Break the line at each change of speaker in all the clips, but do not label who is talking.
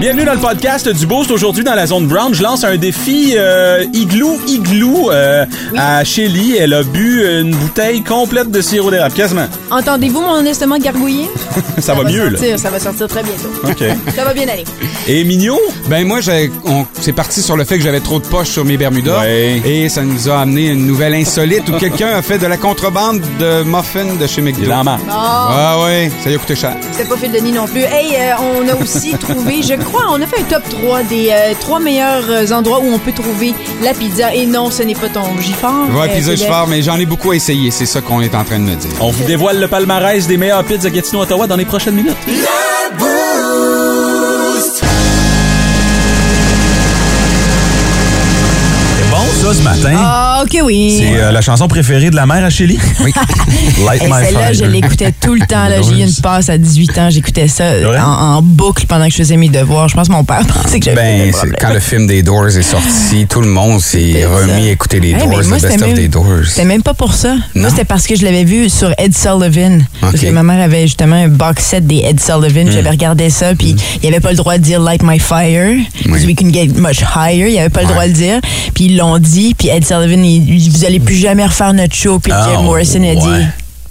Bienvenue dans le podcast du Boost. Aujourd'hui, dans la zone brown, je lance un défi euh, igloo igloo euh, à Shelly. Elle a bu une bouteille complète de sirop d'érable, quasiment.
Entendez-vous mon estomac gargouiller?
Ça, va, mieux,
sortir, Ça va sortir très bientôt.
là. OK.
Ça va bien aller.
Et Mignot?
Ben moi, j'ai- on- c'est parti sur le fait que j'avais trop de poches sur mes Bermudas.
Ouais.
Et ça nous a amené une nouvelle insolite où quelqu'un a fait de la contrebande de muffins de chez McDo.
Il en manque.
Ah,
Ah ouais, ça lui a coûté cher.
C'était pas Phil Denis non plus. Hey, euh, on a aussi trouvé, je crois, on a fait un top 3 des euh, trois meilleurs euh, endroits où on peut trouver la pizza. Et non, ce n'est pas ton Giffard.
Ouais,
euh,
puis ça, je
Québec.
pars, mais j'en ai beaucoup essayé. C'est ça qu'on est en train de me dire.
On vous dévoile le palmarès des meilleurs pits de Gatineau, Ottawa dans les prochaines minutes.
Bon, ça, ce matin,
Ah, ok, oui.
c'est euh, la chanson préférée de la mère à Chili. Oui. Light
Hey,
My
Celle-là,
Fire.
je l'écoutais tout le temps. là. J'ai eu une passe à 18 ans. J'écoutais ça
vrai?
en, en boucle pendant que je faisais mes devoirs. Je pense que mon père pensait que j'avais
Ben,
des
c'est-
problèmes.
quand le film des Doors est sorti, tout le monde s'est
C'est
remis
ça.
à écouter les
Hey,
Doors,
mais moi,
le
c'était
best-of
même-
des Doors.
C'était même pas pour ça.
Non?
Moi, c'était parce que je l'avais vu sur Ed Sullivan. Parce
Ok. Mm.
que ma mère avait justement un box set des Ed Sullivan. puis J'avais regardé ça, puis il avait pas le droit de dire Light My Fire.
Oui.
Because we can get much higher. Il avait pas le
Ouais.
droit de le dire. Puis ils l'ont dit, puis Ed Sullivan, il, il- vous allez plus jamais refaire notre show. Puis
Ah,
Jim Morrison a
ouais.
dit.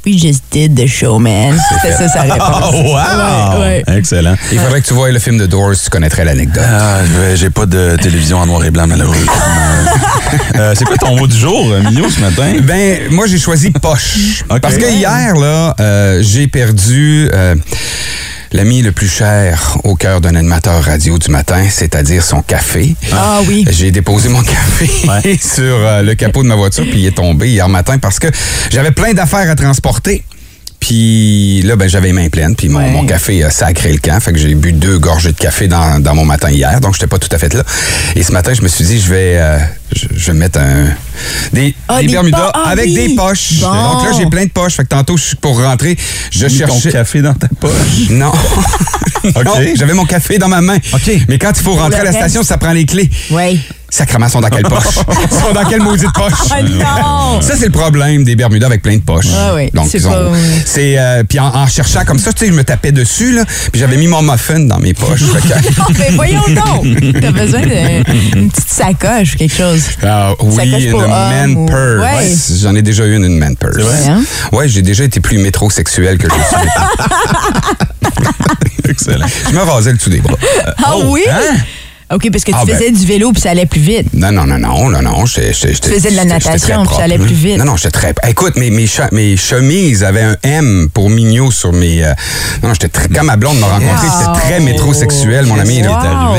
We just did the show, man. C'était ça
Ah,
sa réponse.
Oh, wow!
Ouais, ouais.
Excellent.
Il faudrait que tu voies le film de Doors, tu connaîtrais l'anecdote.
Ah, je- j'ai pas de télévision en noir et blanc, malheureusement. Euh, c'est quoi ton mot du jour, euh, Mignot, ce matin?
Ben, moi, j'ai choisi poche.
Ok.
Parce que hier, là, euh, j'ai perdu euh, l'ami le plus cher au cœur d'un animateur radio du matin, c'est-à-dire son café.
Ah oui.
J'ai déposé mon café sur euh, le capot de ma voiture, puis il est tombé hier matin parce que j'avais plein d'affaires à transporter. Puis là, ben, j'avais les mains pleines, puis mon,
Ouais.
mon café a sacré le camp. Fait que j'ai bu deux gorgées de café dans, dans mon matin hier, donc j'étais pas tout à fait là. Et ce matin, je me suis dit, je vais, euh, je, je vais mettre un, des,
Ah,
des
des
Bermudas
po- ah
avec
oui.
des poches.
Bon.
Donc là, j'ai plein de poches. Fait que tantôt, je suis pour rentrer, je
Mis ton
cherchais...
café dans ta poche.
Non.
OK.
Non, J'avais mon café dans ma main.
OK.
Mais quand il faut rentrer à la
reste.
station, ça prend les clés.
Ouais.
Sacrement, sont dans quelle poche? sont dans quelle maudite poche?
Ah non!
Ça, c'est le problème des Bermudas avec plein de poches.
Ah oui,
Donc,
c'est
ils ont-
pas-
c'est, euh, Puis en, en cherchant comme ça, tu sais, je me tapais dessus, là, puis j'avais mis mon muffin dans mes poches. Fait que-
Non, mais Ah, ben, voyons donc! T'as besoin d'une petite sacoche ou quelque chose.
Ah oui,
Sacoche
une
pour homme
man
ou-
purse.
Ah, Ouais.
J'en ai déjà eu une, une man purse.
C'est vrai?
Hein?
Ouais, j'ai déjà été plus métrosexuel que je le suis. maintenant.
Excellent.
je me rasais le dessous des bras.
Ah oui?
hein?
OK, parce que tu
Ah, ben.
faisais du vélo puis ça allait plus vite.
Non, non, non, non, non, non. j'étais- j'étais- j'étais-
faisais de la
j'étais-
natation,
j'étais très
puis
propre,
t'allais
là.
plus vite.
Non, non, j'étais très. Écoute, mes, mes, cha- mes chemises avaient un M pour mignot sur mes. euh, Non, non, j'étais très. Quand ma blonde m'a rencontré,
Wow.
c'était très métrosexuel, mon ami. là.
Ah. Wow.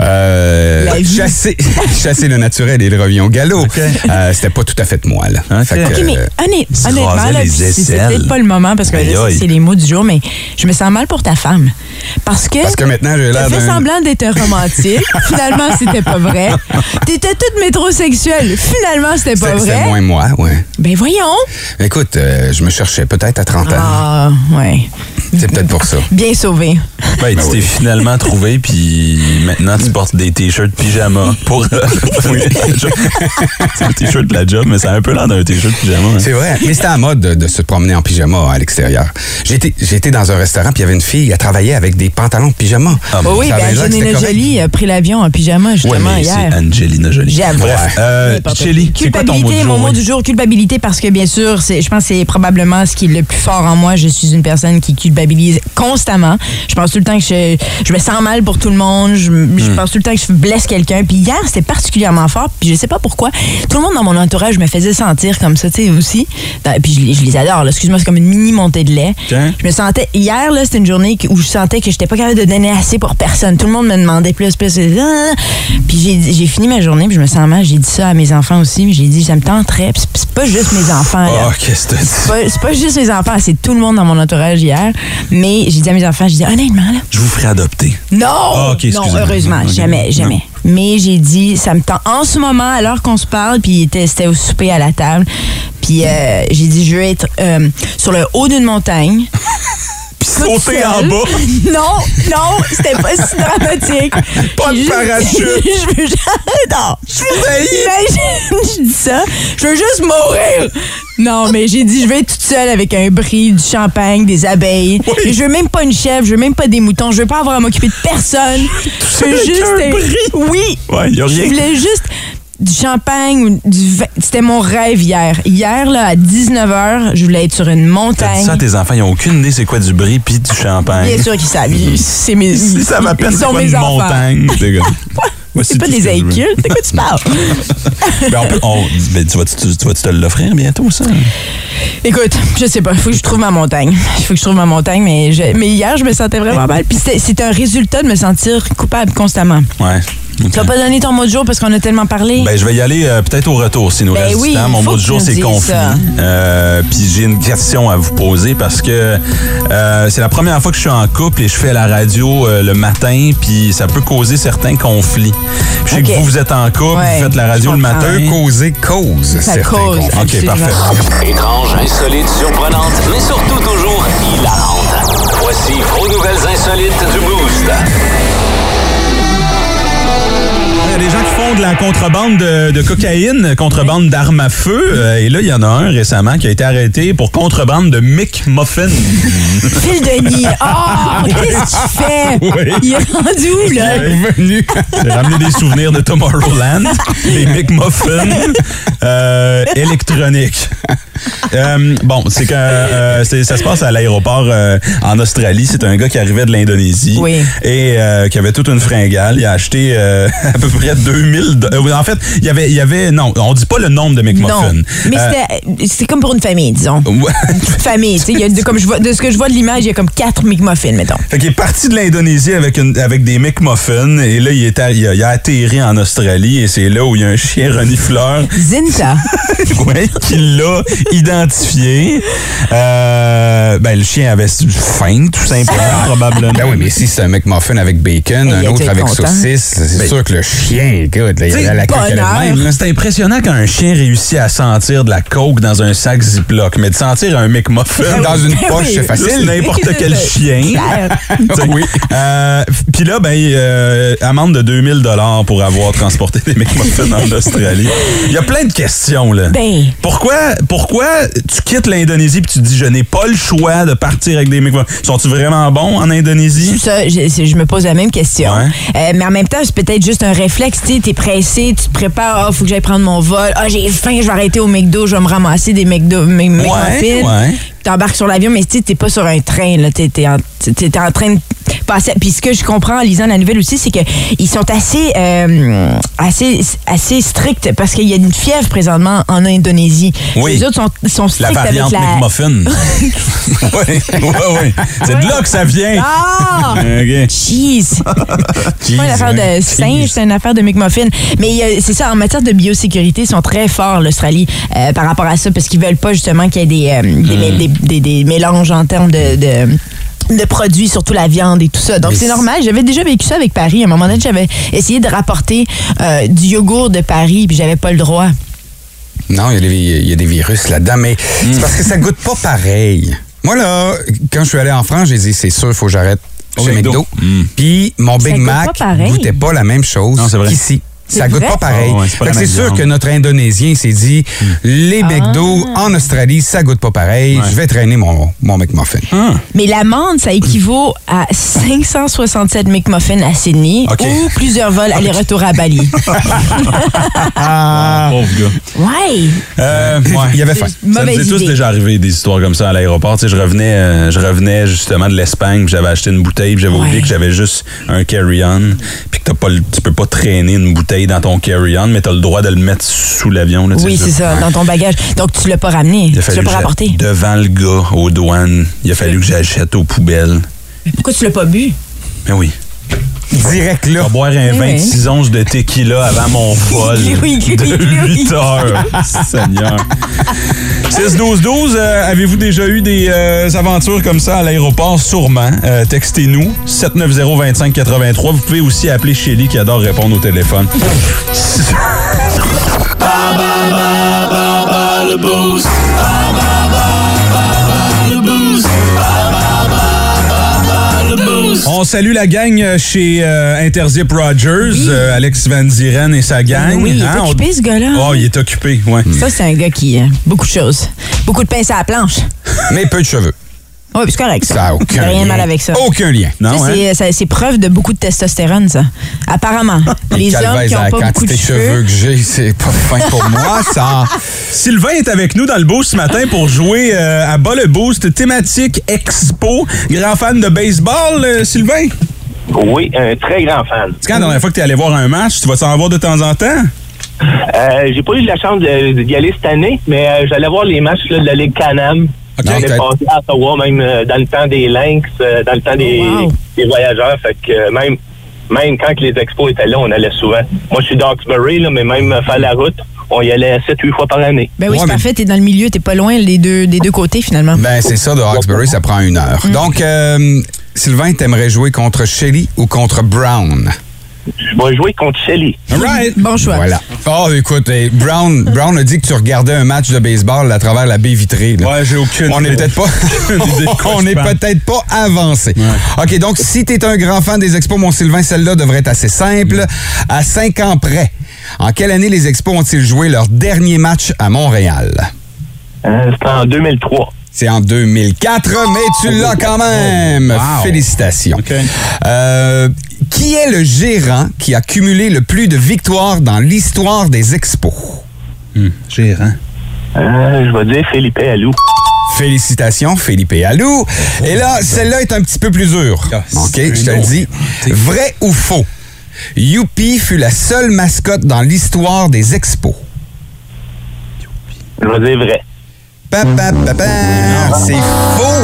Euh,
La vie.
chasser, chasser le naturel et le revient au galop. Euh, c'était pas tout à fait moi, là.
OK.
que,
OK, mais
euh,
honnête-
se rasait
honnêtement, là, puis
les
c'est c'est
aisselles.
peut-être pas le moment parce que
Aïe,
je sais
aïe.
que c'est les mots du jour, mais je me sens mal pour ta femme. Parce que.
Parce que maintenant, j'ai
T'as
l'air
fait
d'un-
semblant d'être romantique. Finalement, c'était pas vrai. T'étais toute métrosexuelle. Finalement, c'était pas
c'était- c'était
vrai.
moins moi, ouais.
Ben voyons.
Écoute, euh, je me cherchais peut-être à 30 ans.
Ah, ouais.
C'est peut-être pour ça.
Bien sauvé.
Ben, tu t'es finalement trouvé, puis maintenant, tu portes des t-shirts pyjama pour... euh, c'est un t-shirt de la job, mais c'est un peu l'air d'un t-shirt pyjama. hein.
C'est vrai. Mais c'était en mode de, de se promener en pyjama à l'extérieur. J'étais, j'étais dans un restaurant, puis il y avait une fille, elle travaillait avec des pantalons de pyjama.
Ah
Bah oui,
Ça avait
ben
l'air que
Angelina
c'était correct.
Jolie a pris l'avion en pyjama
Ouais,
justement
mais
hier.
c'est Angelina Jolie.
J'avoue.
Bref, euh,
N'importe
Shelley,
quoi.
c'est quoi ton mot du
Culpabilité,
jour?
mon mot
oui?
du jour, culpabilité, parce que bien sûr, c'est- je pense que c'est probablement ce qui est le plus fort en moi. Je suis une personne qui culpabilise culpabilise constamment. Je pense tout le temps que je, je me sens mal pour tout le monde. Je,
Hmm.
je pense tout le temps que je blesse quelqu'un. Puis hier, c'était particulièrement fort. Puis je sais pas pourquoi. Tout le monde dans mon entourage me faisait sentir comme ça, tu sais, aussi. Dans- Puis je, les- je les adore. là. Excuse-moi, c'est comme une mini montée de lait.
Ok.
Je me sentais. Hier, là, c'était une journée que- où je sentais que j'étais pas capable de donner assez pour personne. Tout le monde me demandait plus, plus. plus, ah. Puis j'ai- j'ai fini ma journée, puis je me sens mal. J'ai dit ça à mes enfants aussi. mais J'ai dit, ça me tenterait. Puis c'est- c'est pas juste mes enfants. là
Oh, qu'est-ce que t'as dit?
pas- c'est pas juste les enfants, c'est tout le monde dans mon entourage hier. Mais j'ai dit à mes enfants, j'ai dit honnêtement là,
Je vous ferai adopter.
non,
Ah, ok,
non,
excusez-moi.
heureusement,
Ok.
jamais, jamais. Mais j'ai dit, ça me tend. En ce moment, alors qu'on se parle, puis il était- c'était au souper à la table, puis euh, j'ai dit, je veux être euh, sur le haut d'une montagne.
Puis
toute
sauter en
seule.
bas.
Non, non, c'était pas si dramatique.
Pas de
J'ai juste-
parachute.
je veux juste. Non. Je je dis ça. Je veux juste mourir. Non, mais j'ai dit, je vais être toute seule avec un brie, du champagne, des abeilles. Et Je veux même pas une chèvre, je veux même pas des moutons, je veux pas avoir à m'occuper de personne. Je
seule
veux
avec
juste.
un
être- Oui,
Ouais, y a
je
rien.
voulais juste du champagne ou du vin. C'était mon rêve hier. Hier, là, à 19h, je voulais être sur une
T'as dit
montagne.
ça à tes enfants, ils n'ont aucune idée c'est quoi du brie puis du champagne.
Bien sûr qu'ils savent. Ils- C'est mes,
Ils savent à peine
ils
c'est
sont
quoi
mes
une
enfants.
montagne. C'est comme- Moi,
C'est pas
tout ce
des
que je veux.
incultes. De quoi tu parles?
Ben, on peut- on- ben, tu vas-tu tu, vas-tu te l'offrir bientôt, ça?
Écoute, je sais pas. Faut que je trouve ma montagne. Il faut que je trouve ma montagne, mais, je- mais hier, je me sentais vraiment mal. Puis c'est c'est un résultat de me sentir coupable constamment.
Ouais. Ok.
Tu vas pas donner ton mot de jour parce qu'on a tellement parlé?
Ben, je vais y aller euh, peut-être au retour, s'il nous
Ben
reste
oui,
du temps. Mon
faut
mot
que
du
tu
jour,
nous
c'est
dises
conflit.
ça.
Euh, Puis j'ai une question à vous poser parce que euh, c'est la première fois que je suis en couple et je fais la radio euh, le matin, puis ça peut causer certains conflits. Puis Je sais
Ok.
que vous, vous êtes en couple,
Ouais,
vous faites la radio
je
le
comprends.
matin.
Peut causer
Ça
cause. certains
cause.
conflits.
OK,
Absolument.
parfait.
Étrange, insolite, surprenante, mais surtout toujours hilarante. Voici vos nouvelles insolites du Boost.
Il y a des gens qui font de la contrebande de, de cocaïne, contrebande d'armes à feu. euh, et là, il y en a un récemment qui a été arrêté pour contrebande de Mick Muffin.
Phil Denis! Oh! Qu'est-ce qu'il fait?
Oui.
Il est rendu où, là?
Revenu. J'ai ramené des souvenirs de Tomorrowland, des McMuffins euh, électroniques. Euh, bon, c'est que euh, c'est- ça se passe à l'aéroport euh, en Australie. C'est un gars qui arrivait de l'Indonésie
Oui.
et euh, qui avait toute une fringale. Il a acheté euh, à peu près 2000. do- euh, En fait, il y avait, il y avait, non, on dit pas le nombre de
Non.
McMuffins.
Mais
Euh, Oh.
c'était- c'est comme pour une famille, disons.
ouais.
Une petite famille. tu sais, il y a de, comme je vois, de ce que je vois de l'image, il y a comme quatre McMuffins, mettons.
Fait qu'il est parti de l'Indonésie avec, une, avec des McMuffins et là, il, est à- il, a, il a atterri en Australie et c'est là où il y a un chien renifleur
Zinta.
ouais, qui l'a identifié. Euh, ben, le chien avait faim, tout simplement, probablement.
Ben oui, mais si c'est un McMuffin avec bacon,
Il
un
était
autre avec
content.
saucisse, c'est sûr que le chien, écoute, là, il y a la coque à
bonheur.
la même. là.
C'est impressionnant quand un chien réussit à sentir de la coke dans un sac Ziploc, mais de sentir un McMuffin
Dans une
Ben
poche,
oui.
c'est
Juste
facile.
n'importe quel chien.
Claire.
oui. Puis là, ben, euh, amende de 2000 dollars pour avoir transporté des McMuffins en Australie. Il y a plein de questions, là.
Ben.
Pourquoi, pourquoi tu quittes l'Indonésie puis tu te dis, je n'ai pas le choix de partir avec des McMuffins? Sont-ils vraiment bons en Indonésie?
Ça, je, c'est- je me pose la même question.
Ouais.
Euh, mais en même temps, c'est peut-être juste un réflexe. Tu sais, t'es pressé, tu te prépares. Ah, faut que j'aille prendre mon vol. Ah, j'ai faim, je vais arrêter au McDo, je vais me ramasser des McDo, mes mes
Ouais,
muffins.
ouais.
T'embarques sur l'avion, mais tu sais, t'es pas sur un train. Là, t'es, t'es en, t'es- t'es en train de passer. Puis ce que je comprends en lisant la nouvelle aussi, c'est que ils sont assez, euh, assez, assez stricts parce qu'il y a une fièvre présentement en Indonésie.
Oui.
Les autres sont, sont
La
stricts
variante
avec la.
McMuffin. oui, oui, oui. C'est de là que ça vient.
Ah!
OK.
Cheese! C'est pas une
Ah, Jeez,
affaire
hein.
de singe, c'est une affaire de McMuffin. Mais euh, c'est ça, en matière de biosécurité, ils sont très forts, l'Australie, euh, par rapport à ça, parce qu'ils veulent pas justement qu'il y ait des, euh, des,
Hmm.
des- des- des mélanges en termes de. de- de produits, surtout la viande et tout ça. Donc,
Mais
c'est
c'est-
normal. J'avais déjà vécu ça avec Paris. À un moment donné, j'avais essayé de rapporter euh, du yogourt de Paris, puis j'avais pas le droit.
Non, il y a des, il y a des virus là-dedans, mais
Hmm.
c'est parce que ça goûte pas pareil. Moi, là, quand je suis allé en France, j'ai dit, c'est sûr, il faut que j'arrête
Au
chez
McDo. Hmm.
McDo. Puis mon Big
goûte
Mac
pas pareil.
goûtait pas la même chose
Non, c'est vrai.
qu'ici. Ça goûte
vrai?
pas pareil.
Ah ouais, c'est pas
Fait
la
que
même
c'est sûr
viande. Hmm.
que notre Indonésien s'est dit, les McDo
Ah.
en Australie, ça goûte pas pareil. Je vais traîner mon, mon McMuffin.
Ah.
Mais l'amende, ça équivaut à 567 McMuffins à Sydney
OK.
ou plusieurs vols aller-retour à Bali.
Pauvre gars.
ouais.
Euh, ouais.
Il y avait faim.
C'est une
Ça nous
mauvaise
est tous
idée.
déjà arrivé des histoires comme ça à l'aéroport. Tu sais, je revenais, euh, je revenais justement de l'Espagne, puis j'avais acheté une bouteille, puis j'avais oublié
Ouais.
que j'avais juste un carry-on, puis que t'as pas, le- tu peux pas traîner une bouteille dans ton carry-on, mais t'as le droit de le mettre sous l'avion. là, tu sais,
Oui, c'est ça, dans ton bagage. Donc, tu l'as pas ramené.
Il a
Tu
fallu
l'as
que
pas
j'a-
rapporté.
devant le gars aux douanes, il a fallu que j'achète aux poubelles.
Pourquoi tu l'as pas bu?
Mais oui.
Direct là.
Pas boire un
Eh
26 onces de tequila avant mon vol
Oui, oui,
de
oui.
8 heures. Seigneur. 6-12-12, euh, avez-vous déjà eu des euh, aventures comme ça à l'aéroport? Sûrement. Euh, Textez-nous, 790-2583. Vous pouvez aussi appeler Shelly qui adore répondre au téléphone. On salue la gang euh, chez euh, Interzip Rogers, euh, Alex Van Ziren et sa gang.
Oui, il est
Hein, on-
occupé, ce gars-là.
Oh, il est occupé, ouais.
Ça, c'est un gars qui. euh, beaucoup de choses. Beaucoup de pinces à la planche. Ah
Mais peu de cheveux.
Oui, c'est correct, ça.
Ça a aucun
Rien
lien. Oh,
de mal avec ça.
Aucun lien.
Ça,
Non, hein?
c'est- ça, c'est preuve de beaucoup de testostérone, ça. Apparemment. les hommes
Calvaise,
qui n'ont
la
pas beaucoup
quantité
de
de cheveux
cheveux.
que j'ai, c'est pas fin pour moi,
Ah.
ça.
Sylvain est avec nous dans le boost ce matin pour jouer euh, à bas le boost thématique expo. Grand fan de baseball, euh, Sylvain.
Oui, un très grand fan.
C'est quand la dernière fois que tu es allé voir un match? Tu vas t'en voir de temps en temps?
Euh, j'ai pas eu la chance de- d'y aller cette année, mais euh, j'allais voir les matchs là, de la Ligue Canam.
Ok,
J'allais
t'as-
passer à Ottawa, même euh, dans le temps des Lynx, euh, dans le temps des,
Wow.
des voyageurs. Fait que euh, même, même quand que les expos étaient là, on allait souvent. Moi, je suis d'Oxbury, là, mais même euh, faire la route, on y allait 7-8 fois par année.
Ben oui,
Ouais,
c'est
mais-
parfait. T'es dans le milieu, t'es pas loin les deux, des deux côtés, finalement.
Ben, c'est ça, de Hawkesbury, ça prend une heure. Donc, euh, Sylvain, t'aimerais jouer contre Shelly ou contre Brown?
Je vais jouer contre Shelly.
All right.
Bon choix.
Voilà. Oh, écoute, eh, Brown, Brown a dit que tu regardais un match de baseball à travers la baie vitrée. là.
Ouais, j'ai aucune
On n'est
idée.
peut-être pas,
Aucune idée de quoi
on
je
est
parle.
peut-être pas avancé. OK, donc si tu es un grand fan des expos, mon Sylvain, celle-là devrait être assez simple. À cinq ans près, en quelle année les expos ont-ils joué leur dernier match à Montréal?
Hein, C'était en 2003.
C'est en 2004, mais tu
Oh,
l'as quand même.
Wow.
Félicitations.
OK.
Euh, qui est le gérant qui a cumulé le plus de victoires dans l'histoire des expos? hein?
Gérant.
Euh, je vais dire Philippe Allou.
Félicitations, Philippe Allou. Et là, celle-là est un petit peu plus dure.
Oh, Ah, c'est
OK,
un
je te le
autre.
dis. Vrai ou faux? Youpi fut la seule mascotte dans l'histoire des expos.
Je vais dire vrai.
Pa, pa, pa, pa. C'est faux!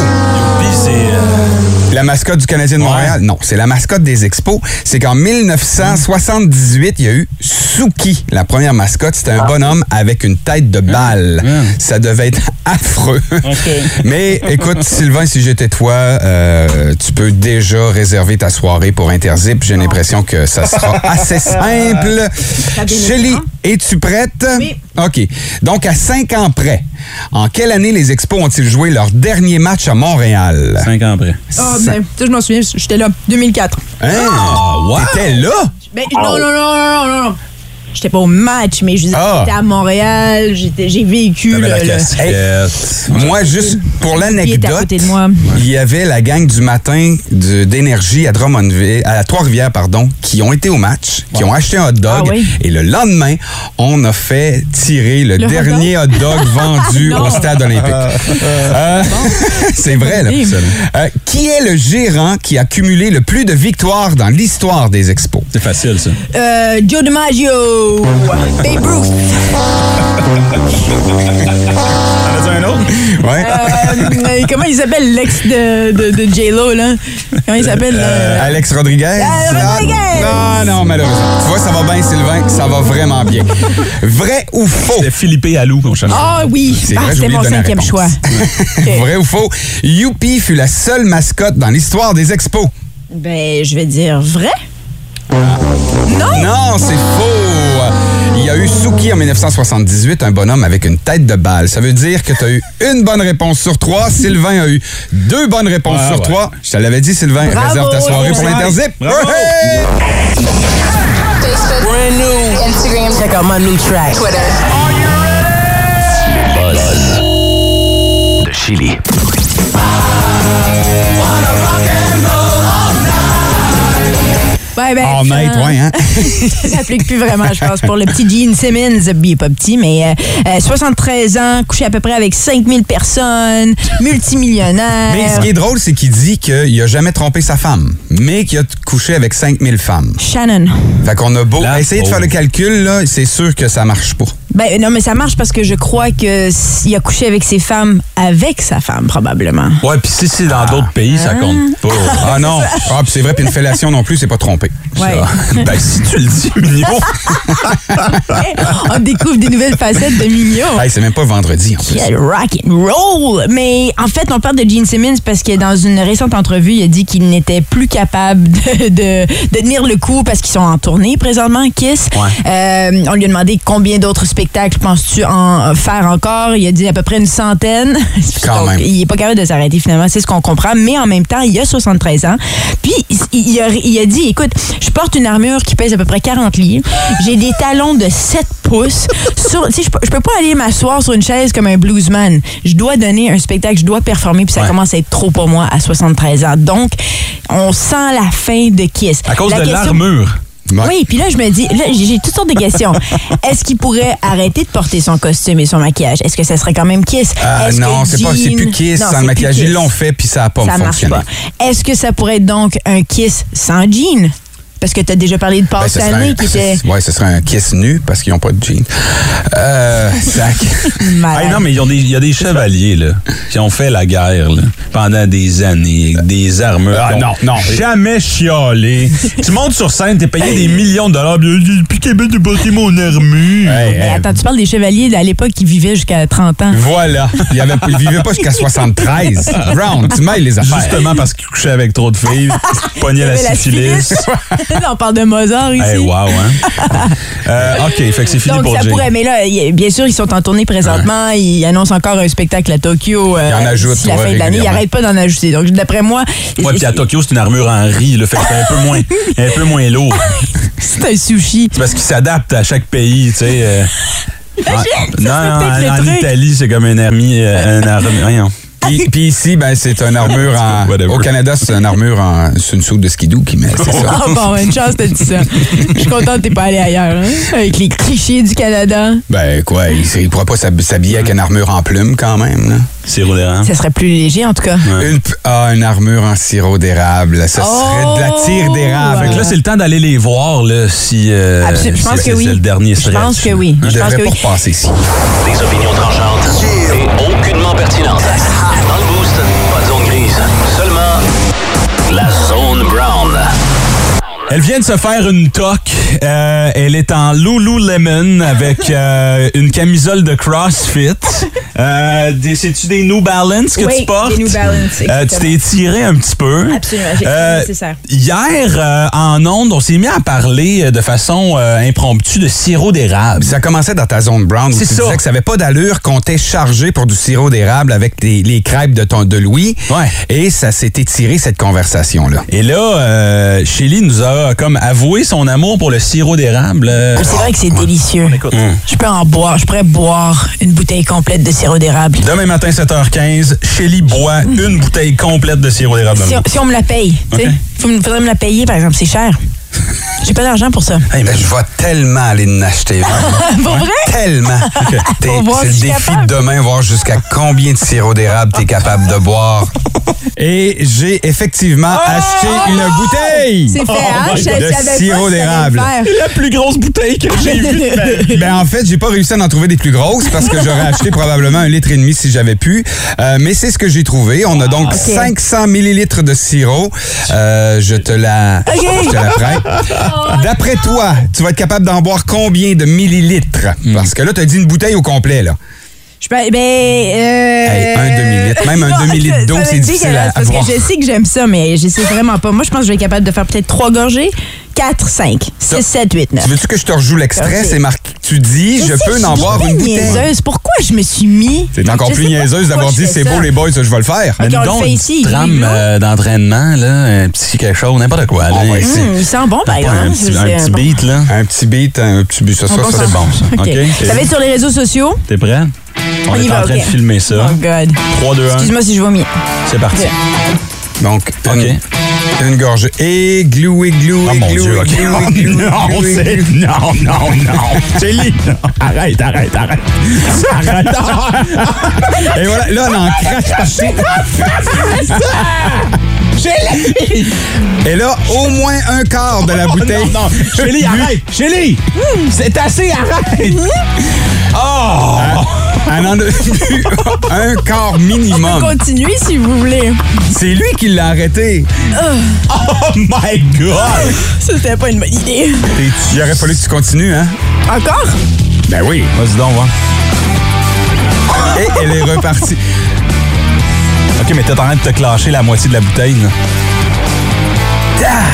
Puis c'est. euh,
La mascotte du Canadien de Montréal? Non, c'est la mascotte des expos. C'est qu'en 1978, il y a eu Suki, la première mascotte. C'était
Ah.
un bonhomme avec une tête de balle. Ça devait être affreux. Mais écoute, Sylvain, si j'étais toi, euh, tu peux déjà réserver ta soirée pour Interzip.
Ah.
J'ai l'impression que ça sera assez simple.
Ça vient de
Shelly,
loin.
es-tu prête?
Oui.
OK. Donc, à cinq ans près, en quelle année les expos ont-ils joué leur dernier match à Montréal?
Cinq ans après.
Ah, ben, ça, je m'en souviens, j'étais là, 2004.
Hein? T'étais là?
Ben, non, non, non, non, non, non. J'étais pas au match, mais je disais,
Ah.
j'étais à Montréal, j'étais- j'ai vécu.
T'avais la
le- le-
casquette.
Moi, juste pour
Il était à
l'anecdote,
côté de moi.
il y avait la gang du matin de- d'énergie à Drummondville, à Trois-Rivières, pardon, qui ont été au match, qui ont acheté un hot dog.
Ah oui.
Et le lendemain, on a fait tirer le,
Le hot
dernier hot dog vendu
Non.
au stade olympique.
Ah.
Euh, C'est vrai, là.
Terrible.
Euh, qui est le gérant qui a cumulé le plus de victoires dans l'histoire des expos?
C'est facile, ça.
Euh, Joe DiMaggio, Babe Ruth,
T'en as un autre?
Ouais.
euh, comment il s'appelle l'ex de, de, de J-Lo, là? Comment il s'appelle?
Euh,
euh,
Alex Rodriguez.
Ah, Rodriguez!
Ah, Non, non, malheureusement. Tu vois, ça va bien, Sylvain. Ça va vraiment bien. Vrai ou faux?
C'était Philippe Allou qu'on cherchait.
Ah oui,
C'est
Ah,
vrai, j'ai
c'était
oublié
mon
de donner la
cinquième
réponse.
choix. Ok.
Vrai ou faux? Youpi fut la seule mascotte dans l'histoire des expos.
Ben, je vais dire vrai.
Non, c'est faux. Il y a eu Suki en 1978, un bonhomme avec une tête de balle. Ça veut dire que tu as eu une bonne réponse sur trois. Sylvain a eu deux bonnes réponses
Ah,
sur
ouais.
trois. Je te l'avais dit, Sylvain,
Bravo,
réserve ta soirée pour
Sylvain.
l'Interzip.
Bravo.
Ouais.
brand new. Instagram. Check out my new track. Twitter.
Buzz de Chili.
Ouais, ben,
All night,
euh,
ouais, hein?
ça s'applique plus vraiment, je pense, pour le petit Gene Simmons. Il est pas petit, mais euh, euh, 73 ans, couché à peu près avec 5000 personnes, multimillionnaire.
Mais ce qui est drôle, c'est qu'il dit qu'il a jamais trompé sa femme, mais qu'il a couché avec 5000 femmes.
Shannon.
Fait qu'on a beau
La
essayer de faire le
pauvre.
calcul, là, c'est sûr que ça marche pas.
Ben non, mais ça marche parce que je crois que s'il a couché avec ses femmes, avec sa femme, probablement.
Ouais, puis si c'est dans d'autres pays, ça compte pas.
Ah non! Ah, puis c'est vrai, puis une fellation non plus, c'est pas trompé.
Ouais.
ben, si tu le dis, Mignon.
On découvre des nouvelles facettes de Mignon.
Hey, c'est même pas vendredi, en plus.
Quel rock and roll! Mais en fait, on parle de Gene Simmons parce que dans une récente entrevue, il a dit qu'il n'était plus capable de, de- de tenir le coup parce qu'ils sont en tournée présentement, Kiss. Euh, on lui a demandé combien d'autres spectacles penses-tu en faire encore. Il a dit à peu près une centaine.
Quand même.
il n'est pas capable de s'arrêter finalement, c'est ce qu'on comprend. Mais en même temps, il a 73 ans. Puis il, il a, il a dit, écoute, je porte une armure qui pèse à peu près 40 livres. J'ai des talons de 7 pouces. Sur, tu sais, je, peux- je peux pas aller m'asseoir sur une chaise comme un bluesman. Je dois donner un spectacle, je dois performer, puis ça commence à être trop pour moi à 73 ans. Donc, on sent la fin de Kiss.
À cause
La
de
question-
l'armure.
Ouais.
oui, puis là, je me dis, là, j'ai j'ai toutes sortes de questions. Est-ce qu'il pourrait arrêter de porter son costume et son maquillage? Est-ce que ça serait quand même Kiss?
Ah
Est-ce
non,
que
c'est pas, c'est
Jean-
plus kiss
Non,
sans
c'est
le maquillage.
plus
Ils
Kiss.
l'ont fait, puis ça a pas
Ça marche
fonctionné.
pas. Est-ce que ça pourrait être donc un Kiss sans jean? Parce que tu as déjà parlé de Paul
Ben, ce serait
Stanley
un-
qui
ce-
était
ouais, ce serait un kiss nu parce qu'ils n'ont pas de jeans. Euh, sac.
malade.
Ah.
Hey, non, mais ils ont des- il y a des chevaliers là, qui ont fait la guerre là, pendant des années, avec des armures.
Ah,
Ils ont
non, non.
Jamais chialé. tu montes sur scène, t'es payé des millions de dollars. puis, euh, J'ai plus capable de porter mon armure.
Hey,
Mais
hey,
Attends, tu parles des chevaliers à l'époque qui vivaient jusqu'à 30 ans.
voilà. Il avait, il vivait pas jusqu'à 73. Brown, tu mêles les affaires.
Justement parce qu'ils couchaient avec trop de filles, ils pognaient la
Mais
syphilis.
Là, on parle de Mozart
Ben
ici.
Hey, wow, hein? Euh, OK, fait que c'est fini
Donc,
pour
ça
Jay.
pourrait, mais là, y- bien sûr, ils sont en tournée présentement. Ils annoncent encore un spectacle à Tokyo. euh,
Ils en ajoutent,
d'ici la
ouais,
fin de l'année. Ils
régulièrement.
n'arrêtent pas d'en ajouter. Donc, d'après moi,
Ouais, puis à Tokyo, c'est une armure en riz, là, fait que c'est un peu moins, un peu moins lourd.
c'est un sushi.
C'est parce qu'ils s'adaptent à chaque pays, tu sais. euh.
ça,
non,
c'est peut-être
en,
le
en
truc.
Italie, c'est comme un ami, euh, un arme. Voyons.
Puis, puis ici, ben, c'est une armure en.
Whatever.
Au Canada, c'est une armure en. C'est une soupe de skidoo qui met. C'est ça.
Ah bon, une chance, t'as dit ça. Je suis contente que t'es pas allé ailleurs, hein, avec les clichés du Canada.
Ben, quoi, il, il pourra pas s'hab- s'habiller avec une armure en plume quand même, là.
C'est roulant.
Ça serait plus léger, en tout cas.
Une, p- ah, une armure en sirop d'érable.
Oh!
Ça serait de la tire d'érable.
Fait que là, c'est le temps d'aller les voir, là, si. euh,
Absolument. Je
si
pense
c'est-
que oui.
C'est le dernier
Je
stretch.
pense que oui.
Il
Je pense
devrait
que
pas
oui.
repasser ici.
Des opinions tranchantes et aucunement pertinentes. Dans le boost, pas de zone grise, seulement la zone brown.
Elle vient de se faire une toque. Euh, elle est en Lululemon avec euh, une camisole de CrossFit. Euh, des- C'est-tu des New Balance que
Oui,
tu portes?
des New Balance,
Euh, tu
exactement.
t'es Euh, étiré un petit peu.
Absolument, j'ai- c'est nécessaire.
Hier, euh, en ondes, on s'est mis à parler euh, de façon euh, impromptue de sirop d'érable.
Ça commençait dans ta zone brown où tu
C'est ça.
disais que ça avait pas d'allure qu'on t'ait chargé pour du sirop d'érable avec les, les crêpes de ton de Louis.
Ouais.
Et ça s'est étiré cette conversation là.
Et là, euh, Shelly nous a comme avoué son amour pour le sirop d'érable. Euh,
C'est vrai que c'est délicieux.
écoute.
Je peux en boire. Je pourrais boire une bouteille complète de sirop d'érable.
Demain matin, 7h15, Shelly boit une bouteille complète de sirop d'érable.
Si on, si on me la paye, tu sais.
Ok.
Faut me- faudrait me la payer, par exemple, c'est cher. J'ai pas d'argent pour ça.
Hey, ben, je vais tellement aller en acheter un.
Pour vrai?
Tellement. T'es-
Pour voir
C'est le
si je suis
défi
capable.
de demain, voir jusqu'à combien de sirop d'érable t'es capable de boire. Et j'ai effectivement acheté une bouteille
Oh! C'est fait, hein? Je- je savais pas
de
si
sirop
ça allait
d'érable.
le faire.
La plus grosse bouteille que j'ai vue.
Ben en fait, j'ai pas réussi à en trouver des plus grosses parce que j'aurais acheté probablement un litre et demi si j'avais pu. Euh, mais c'est ce que j'ai trouvé. On a donc
Ah,
500 millilitres de sirop. Euh, je te la, je te la prête. D'après toi, tu vas être capable d'en boire combien de millilitres Parce que là, t'as dit une bouteille au complet là.
Je peux, ben, euh,
Hey, un demi-litre. Même un
Non,
demi-litre
ça-
d'eau,
ça va
c'est
être
difficile à
dégueulasse, Parce
avoir.
que je sais que j'aime ça, mais je sais vraiment pas. Moi, je pense que je vais être capable de faire peut-être trois gorgées. 4, 5, 6, 7, 8, 9.
Tu veux-tu que je te rejoue l'extrait
Ok.
C'est marqué tu dis, je
sais,
peux en
suis
boire
bien
une bouteille.
niaiseuse. Pourquoi je me suis mis?
C'est encore
Je
plus
sais pas
niaiseuse
pourquoi
d'avoir
je
dit,
fais
c'est
ça.
beau les boys, ça, je vais le faire.
Ok,
Donne
on le fait
une
ici,
petite trame
igloo.
euh, d'entraînement, là, un petit quelque chose, n'importe quoi. Là,
On va essayer.
Hum, il sent bon, par
Pas
exemple.
un petit,
C'est
un petit beat, là.
Un petit beat, un petit beat, ça, ça,
bon
ça,
sens.
c'est bon, ça.
OK.
OK.
Ça va être sur les réseaux sociaux.
T'es prêt? On,
On
est
y
en
va,
train
OK.
de filmer ça.
Oh, God.
3, 2, 1,
Excuse-moi si je vomis.
c'est parti.
OK.
Donc, une,
Ok.
une gorge. Et glou, et glou,
Oh
et
mon Dieu,
glou,
OK. Non, c'est... Non, non, non. Chélie, non. Arrête, arrête, arrête. Arrête.
Et voilà, là, on en crache partout. Et là, au moins un quart de la bouteille.
Oh, Non, non. Chélie, arrête. Chélie. C'est assez, arrête.
Ah!
Oh.
Elle en a bu un quart minimum.
Continuez si vous voulez.
C'est lui qui l'a arrêté.
Oh my God.
Ça, c'était pas une bonne idée.
T'es- Il aurait fallu que tu continues, hein?
Encore?
Ben oui.
Vas-y donc, va.
Et elle est repartie.
OK, mais t'es en train de te clasher la moitié de la bouteille, là. Ah!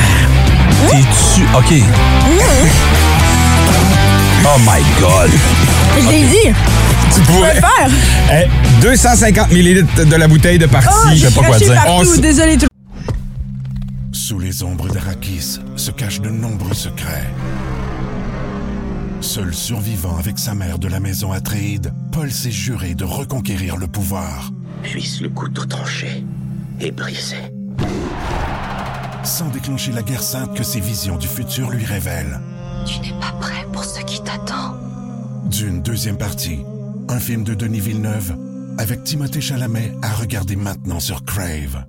T'es-tu... OK. Oh my God.
Je l'ai dit. Je
Tu
vais
pourrais. Eh,
le faire.
250 millilitres de la bouteille de partie.
Oh,
Je sais
j'ai
pas quoi
craché
dire. On
partout.
s-
Désolé tout
Sous les ombres d'Arakis se cachent de nombreux secrets. Seul survivant avec sa mère de la maison Atréide, Paul s'est juré de reconquérir le pouvoir.
puisse le couteau tranché et brisé.
sans déclencher la guerre sainte que ses visions du futur lui révèlent.
Tu n'es pas prêt pour ce qui t'attend.
D'une deuxième partie, un film de Denis Villeneuve avec Timothée Chalamet à regarder maintenant sur Crave.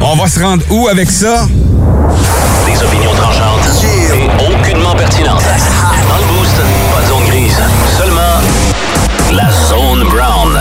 On va se rendre où avec ça?
Des opinions tranchantes et aucunement pertinentes. Dans le boost, pas de zone grise, seulement la zone brown.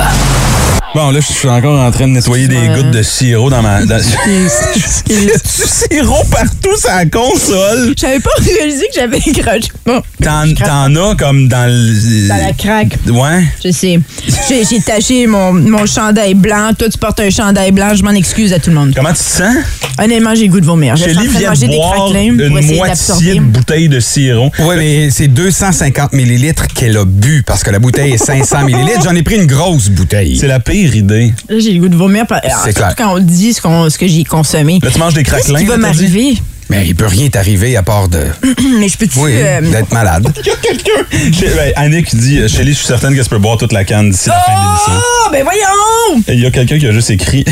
Bon, là, je suis encore en train de nettoyer des gouttes de sirop dans ma... Dans... Il y a du sirop partout sur la console.
le J'avais pas réalisé que j'avais craché. Bon,
T'en, t'en as comme dans le...
dans la craque.
Ouais.
Je sais. J'ai j'ai taché mon, mon chandail blanc. Toi, tu portes un chandail blanc. Je m'en excuse à tout le monde.
Comment tu te sens?
Honnêtement, j'ai le goût de vomir. Je suis en
Chélie
train de
vient de
manger des
boire
craquelins pour
une
essayer
moitié
d'absorber.
de bouteille de sirop.
Oui, mais c'est 250 millilitres qu'elle a bu parce que la bouteille est 500 millilitres. J'en ai pris une grosse bouteille.
C'est la pire idée.
Là, j'ai le goût de vomir. par- alors, surtout
clair.
quand on dit ce, qu'on- ce que j'ai consommé.
Là, tu manges des
Qu'est-ce
craquelins.
qui va
t'as dit?
m'arriver?
Mais il peut rien t'arriver à part de.
Mais je peux-tu...
Oui,
euh,
d'être malade.
Chez- ben, Annick dit euh, Chélie, je suis certaine que tu peux boire toute la canne d'ici la fin de l'émission.
Oh, ben voyons!
Et Il y a quelqu'un qui a juste écrit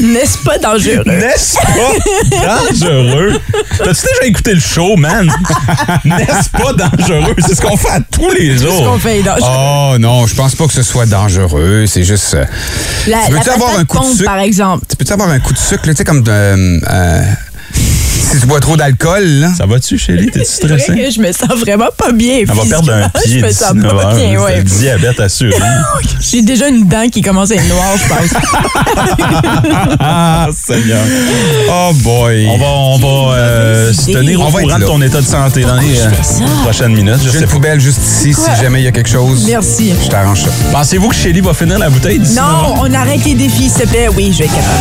N'est-ce pas
Oh.
dangereux?
N'est-ce pas dangereux T'as-tu déjà écouté le show, man N'est-ce pas dangereux C'est ce qu'on fait à tous les jours.
qu'on fait est dangereux.
Oh non, je pense pas que ce soit dangereux. C'est juste. euh,
La,
tu
la
peux-tu avoir
patate
un coup de
pompe,
sucre?
par exemple.
Tu peux-tu avoir un coup de sucre, là, tu sais, comme de. euh, euh, si tu bois trop d'alcool, là.
Ça va-tu, Chélie T'es-tu
C'est vrai
stressée
que je me sens vraiment pas bien.
Elle va perdre un
physiquement. Je
pied
me
d'ici
sens
9
pas
heures.
bien,
C'est
ouais.
le diabète assuré.
J'ai déjà une dent qui commence à être noire, je pense.
ah, Seigneur.
Oh boy.
On va, on va euh, se
idée.
tenir au
On va être
courant de
là.
ton état de santé dans les euh, prochaines minutes. Je
J'ai
sais
une
pas.
poubelle juste ici
Quoi?
si jamais il y a quelque chose.
Merci.
Je t'arrange ça.
Pensez-vous que Chélie va finir la bouteille d'ici
Non, on arrête les défis, s'il te plaît. Oui, je vais être capable.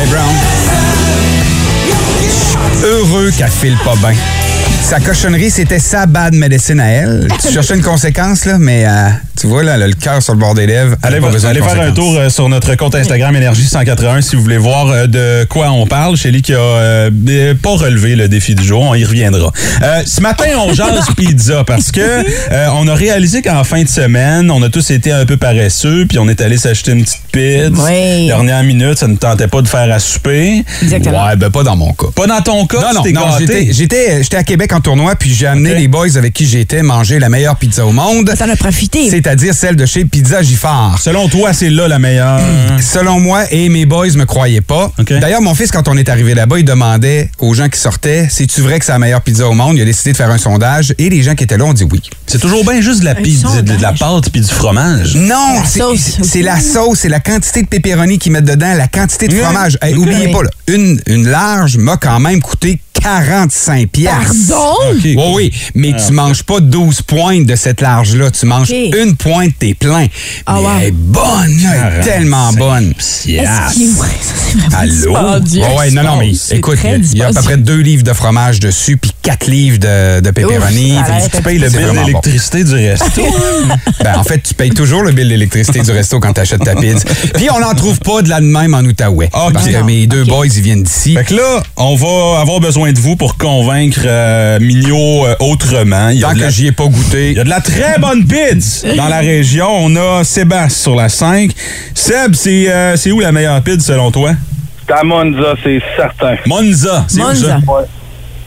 Hey Brown. Heureux qu'elle file pas bien. Sa cochonnerie, c'était sa bad médecine à elle. Tu cherchais une conséquence, là, mais euh, tu vois, là, elle a le cœur sur le bord des lèvres. Elle
Allez,
a pas besoin de
allez faire un
conséquences.
tour euh, sur notre compte Instagram Énergie 181 si vous voulez voir euh, de quoi on parle. Chélie qui a euh, euh, pas relevé le défi du jour, on y reviendra. Euh, ce matin, on jase pizza parce que euh, on a réalisé qu'en fin de semaine, on a tous été un peu paresseux, puis on est allé s'acheter une petite pizza.
Oui.
Dernière minute, ça ne tentait pas de faire à souper.
Exactement.
Ouais, ben pas dans mon cas.
Pas dans ton cas,
Non,
tu t'es
non, non, j'étais,
gâté.
j'étais, j'étais à Québec en tournoi, puis j'ai amené
OK.
les boys avec qui j'étais manger la meilleure pizza au monde.
Ça en a profité.
C'est-à-dire celle de chez Pizza Giffard. Hmm.
Selon toi, c'est là la meilleure.
Selon moi, et mes boys me croyaient pas.
OK.
D'ailleurs, mon fils, quand on est arrivé là-bas, il demandait aux gens qui sortaient C'est-tu vrai que c'est la meilleure pizza au monde Il a décidé de faire un sondage et les gens qui étaient là ont dit oui.
C'est toujours bien juste de la, pizza, de, de la
sondage.
pâte puis du fromage.
Non,
La
c'est
sauce.
c'est la sauce, c'est la quantité de pepperoni qu'ils mettent dedans, la quantité de
Oui.
fromage. Hey, Oubliez
Oui.
pas, là, une, une large m'a quand même coûté 45 piastres.
Pardon?
OK.
Oui, oui, mais
Ah,
tu manges pas 12 pointes de cette large-là. Tu manges
OK.
une pointe, t'es plein.
Ah,
mais
wow.
elle est bonne, là, elle
45
est tellement bonne.
Est-ce qu'il- ouais, ça, c'est vraiment
Allô?
dispendieux.
Ouais, ouais, non, non, mais
C'est
écoute,
très
il y a- il y, a à peu
dispendieux.
près deux livres de fromage dessus, puis quatre livres de, de pepperoni.
Ouf, ça a l'air
Tu payes le
C'est
bill
vraiment bon.
d'électricité du resto.
Ben, en fait, tu payes toujours le bill d'électricité du resto quand tu achètes ta pizza. Puis on n'en trouve pas de la de même en Outaouais.
Ah, OK.
Parce que mes deux boys, ils viennent d'ici.
Fait que là, on va avoir besoin de vous pour convaincre euh, Mignot euh, autrement. Il y, a
Tant
de
que
la,
j'y ai pas goûté.
il y a de la très bonne pizza dans la région. On a Sébastien sur la 5. Seb, c'est euh, c'est où la meilleure pizza selon toi?
C'est à Monza, c'est certain.
Monza. C'est où ça?
Monza.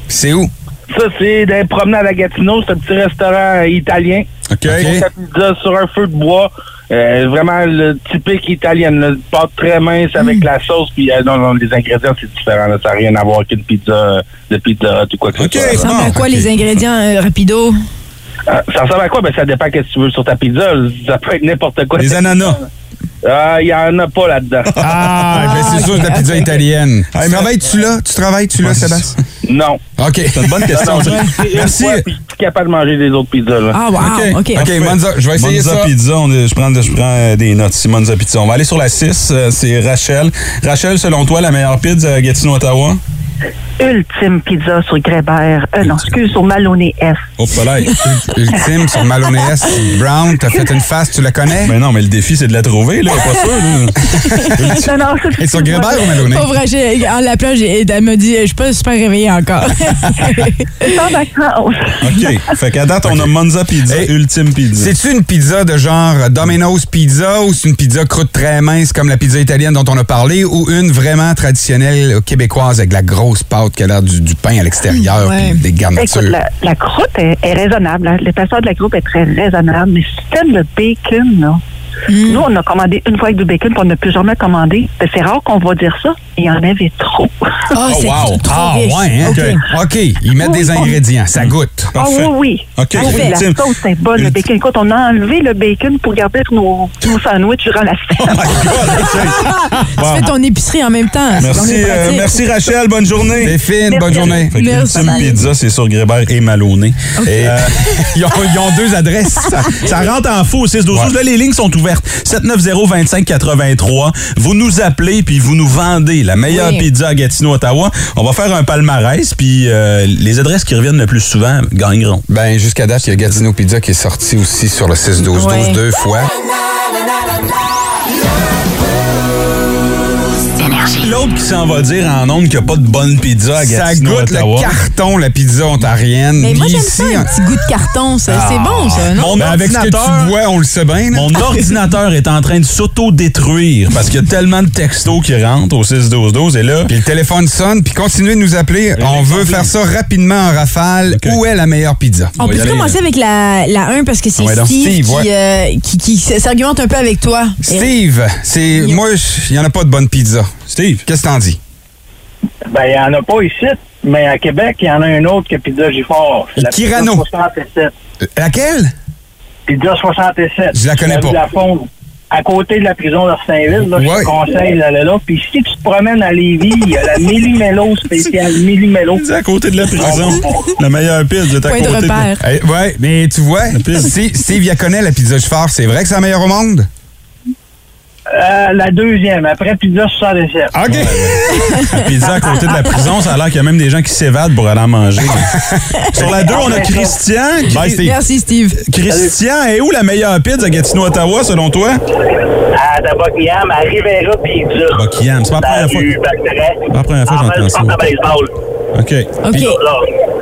C'est où?
Ça, c'est des promenades à Gatineau, c'est un petit restaurant euh, italien.
OK.
Ils font la pizza sur un feu de bois. euh, vraiment le typique italienne, le pâte très mince avec
Hmm.
la sauce, puis euh, non, non, les ingrédients c'est différent, là, ça n'a rien à voir qu'une pizza euh, de pizza hut ou quoi que
OK.
ce soit. là.
Ça ressemble à
Ah,
quoi
ok.
les ingrédients euh, rapido?
Ah, ça ressemble à quoi? Ben ça dépend qu'est-ce que tu veux sur ta pizza, ça peut être n'importe quoi.
Les ananas.
Ah, il y en a pas là-dedans.
Ah, ben c'est sûr de la pizza italienne.
Hey,
tu
mais-
travailles-tu là? Tu travailles-tu là,
Ouais, c'est
Sébastien?
non.
OK.
Ah, C'est une bonne question.
Non, non,
ça.
c'est une
Merci.
fois, puis je suis capable de manger des autres pizzas là.
Ah, wow, OK.
OK, Monza, je vais essayer
Monza
ça.
Pizza, on est- je prends, je prends euh, des notes ici, Monza Pizza. On va aller sur la 6, euh, c'est Rachel. Rachel, selon toi, la meilleure pizza à Gatineau, Ottawa?
Ultime pizza sur Grébert. Euh, non, excuse, sur Maloney F.
Oh, là.
Ultime sur Maloney S. Brown, t'as fait une face, tu la connais?
Mais non, mais le défi, c'est de la trouver, là, pas sûr. là.
non, non, ça,
Et sur Grébert ou Maloney?
Pauvre Rachel, en l'appelant, j'ai- elle me dit, je suis pas super réveillée encore.
c'est sans vacances.
OK. Fait qu'à date, on a Monza Pizza,
Hey.
Ultime Pizza.
C'est-tu une pizza de genre Domino's Pizza ou c'est une pizza croûte très mince comme la pizza italienne dont on a parlé ou une vraiment traditionnelle québécoise avec de la grosse pâte qui a l'air du, du pain à l'extérieur
Ouais.
puis des
Écoute,
garnitures?
la, la croûte est, est raisonnable. hein. L'épaisseur de la croûte est très raisonnable, mais si t'aimes le bacon, là, nous, on a commandé une fois avec du bacon, puis on n'a plus jamais commandé. Ben, C'est rare qu'on va dire ça. Il y en avait trop.
Ah,
Oh,
c'est
wow!
trop
Ah,
riche.
ouais, hein?
OK.
OK. Ils mettent des ingrédients, ça goûte.
Ah
Mm. Parfait.
oui, oui.
OK,
Ah oui, la
ultime.
sauce est bonne, le bacon. Écoute, on a enlevé le bacon pour garder nos, nos sandwichs durant la semaine.
Tu fais ton épicerie en même temps. c'est donc
Merci,
bien
euh,
pratique.
merci Rachel. Bonne journée.
C'est fine, bonne journée.
Fait que
Merci.
Ultime Pizza, c'est sur Grébert et Maloney. Et, euh,
Ils ont, ils ont deux adresses.
ça, ça rentre en faux au 6 12 12. Là, les lignes sont ouvertes. 790-2583. Vous nous appelez puis vous nous vendez la meilleure
Oui.
pizza à Gatineau, Ottawa. On va faire un palmarès puis euh, les adresses qui reviennent le plus souvent gagneront.
Ben, jusqu'à date, il y a Gatineau Pizza qui est sorti aussi sur le 6-12-12
Ouais.
deux fois.
L'autre qui s'en va dire en ondes qu'il n'y a pas de bonne pizza à
Ça
Gatineau,
goûte
Ottawa.
le carton, la pizza ontarienne.
Mais moi,
Puis
j'aime
ici, Ah.
ça, un
en-
petit goût de carton. ça. C'est bon, ça, non?
Mon
Ben, avec ce que
ordinateur-
tu vois, on le sait bien. là.
Mon ordinateur est en train de s'auto-détruire parce qu'il y a tellement de textos qui rentrent au 6-12-12 et là,
Puis le téléphone sonne, puis continuez de nous appeler. On veut faire ça rapidement en rafale.
OK.
Où est la meilleure pizza?
On
va y
peut
aller,
commencer avec la, la 1 parce que c'est
Ouais, donc,
Steve,
Steve,
qui,
ouais.
euh, qui, qui s'argumente un peu avec toi.
Steve, c'est moi, je- il n'y en a pas de bonne pizza.
Steve,
Qu'est-ce que t'en dis?
Ben, il n'y en a pas ici, mais à Québec, il y en a un autre que Pizza Gifford.
La pizza Kirano.
67.
Euh, Laquelle?
Pizza 67.
Je la connais pas.
Avenue Lafond, à côté de la prison de Saint-Ville, là,
Ouais.
je te conseille d'aller là. Puis si tu te promènes à Lévis, il y a la Méli-Mélo spéciale, Méli-Mélo.
c'est à côté de la prison. la meilleure pizza est à
Point
côté
de
de-
repère.
Oh. Eh, ouais, mais tu vois,
pizza.
Steve, Steve, il connaît la pizza Giffard. C'est vrai que c'est la meilleure au monde?
Euh, la deuxième, après Pizza 67.
OK.
La pizza à côté de la prison, ça a l'air qu'il y a même des gens qui s'évadent pour aller en manger. Sur la 2, on a Christian. Chris-
Ben,
Merci, Steve.
Christian, est où la meilleure pizza à Gatineau, Ottawa, selon toi?
À Tabocniam, à Rivera Pizza.
Buckingham, c'est pas la première fois.
C'est
pas la première fois que j'entends ça. OK.
OK.
Puis-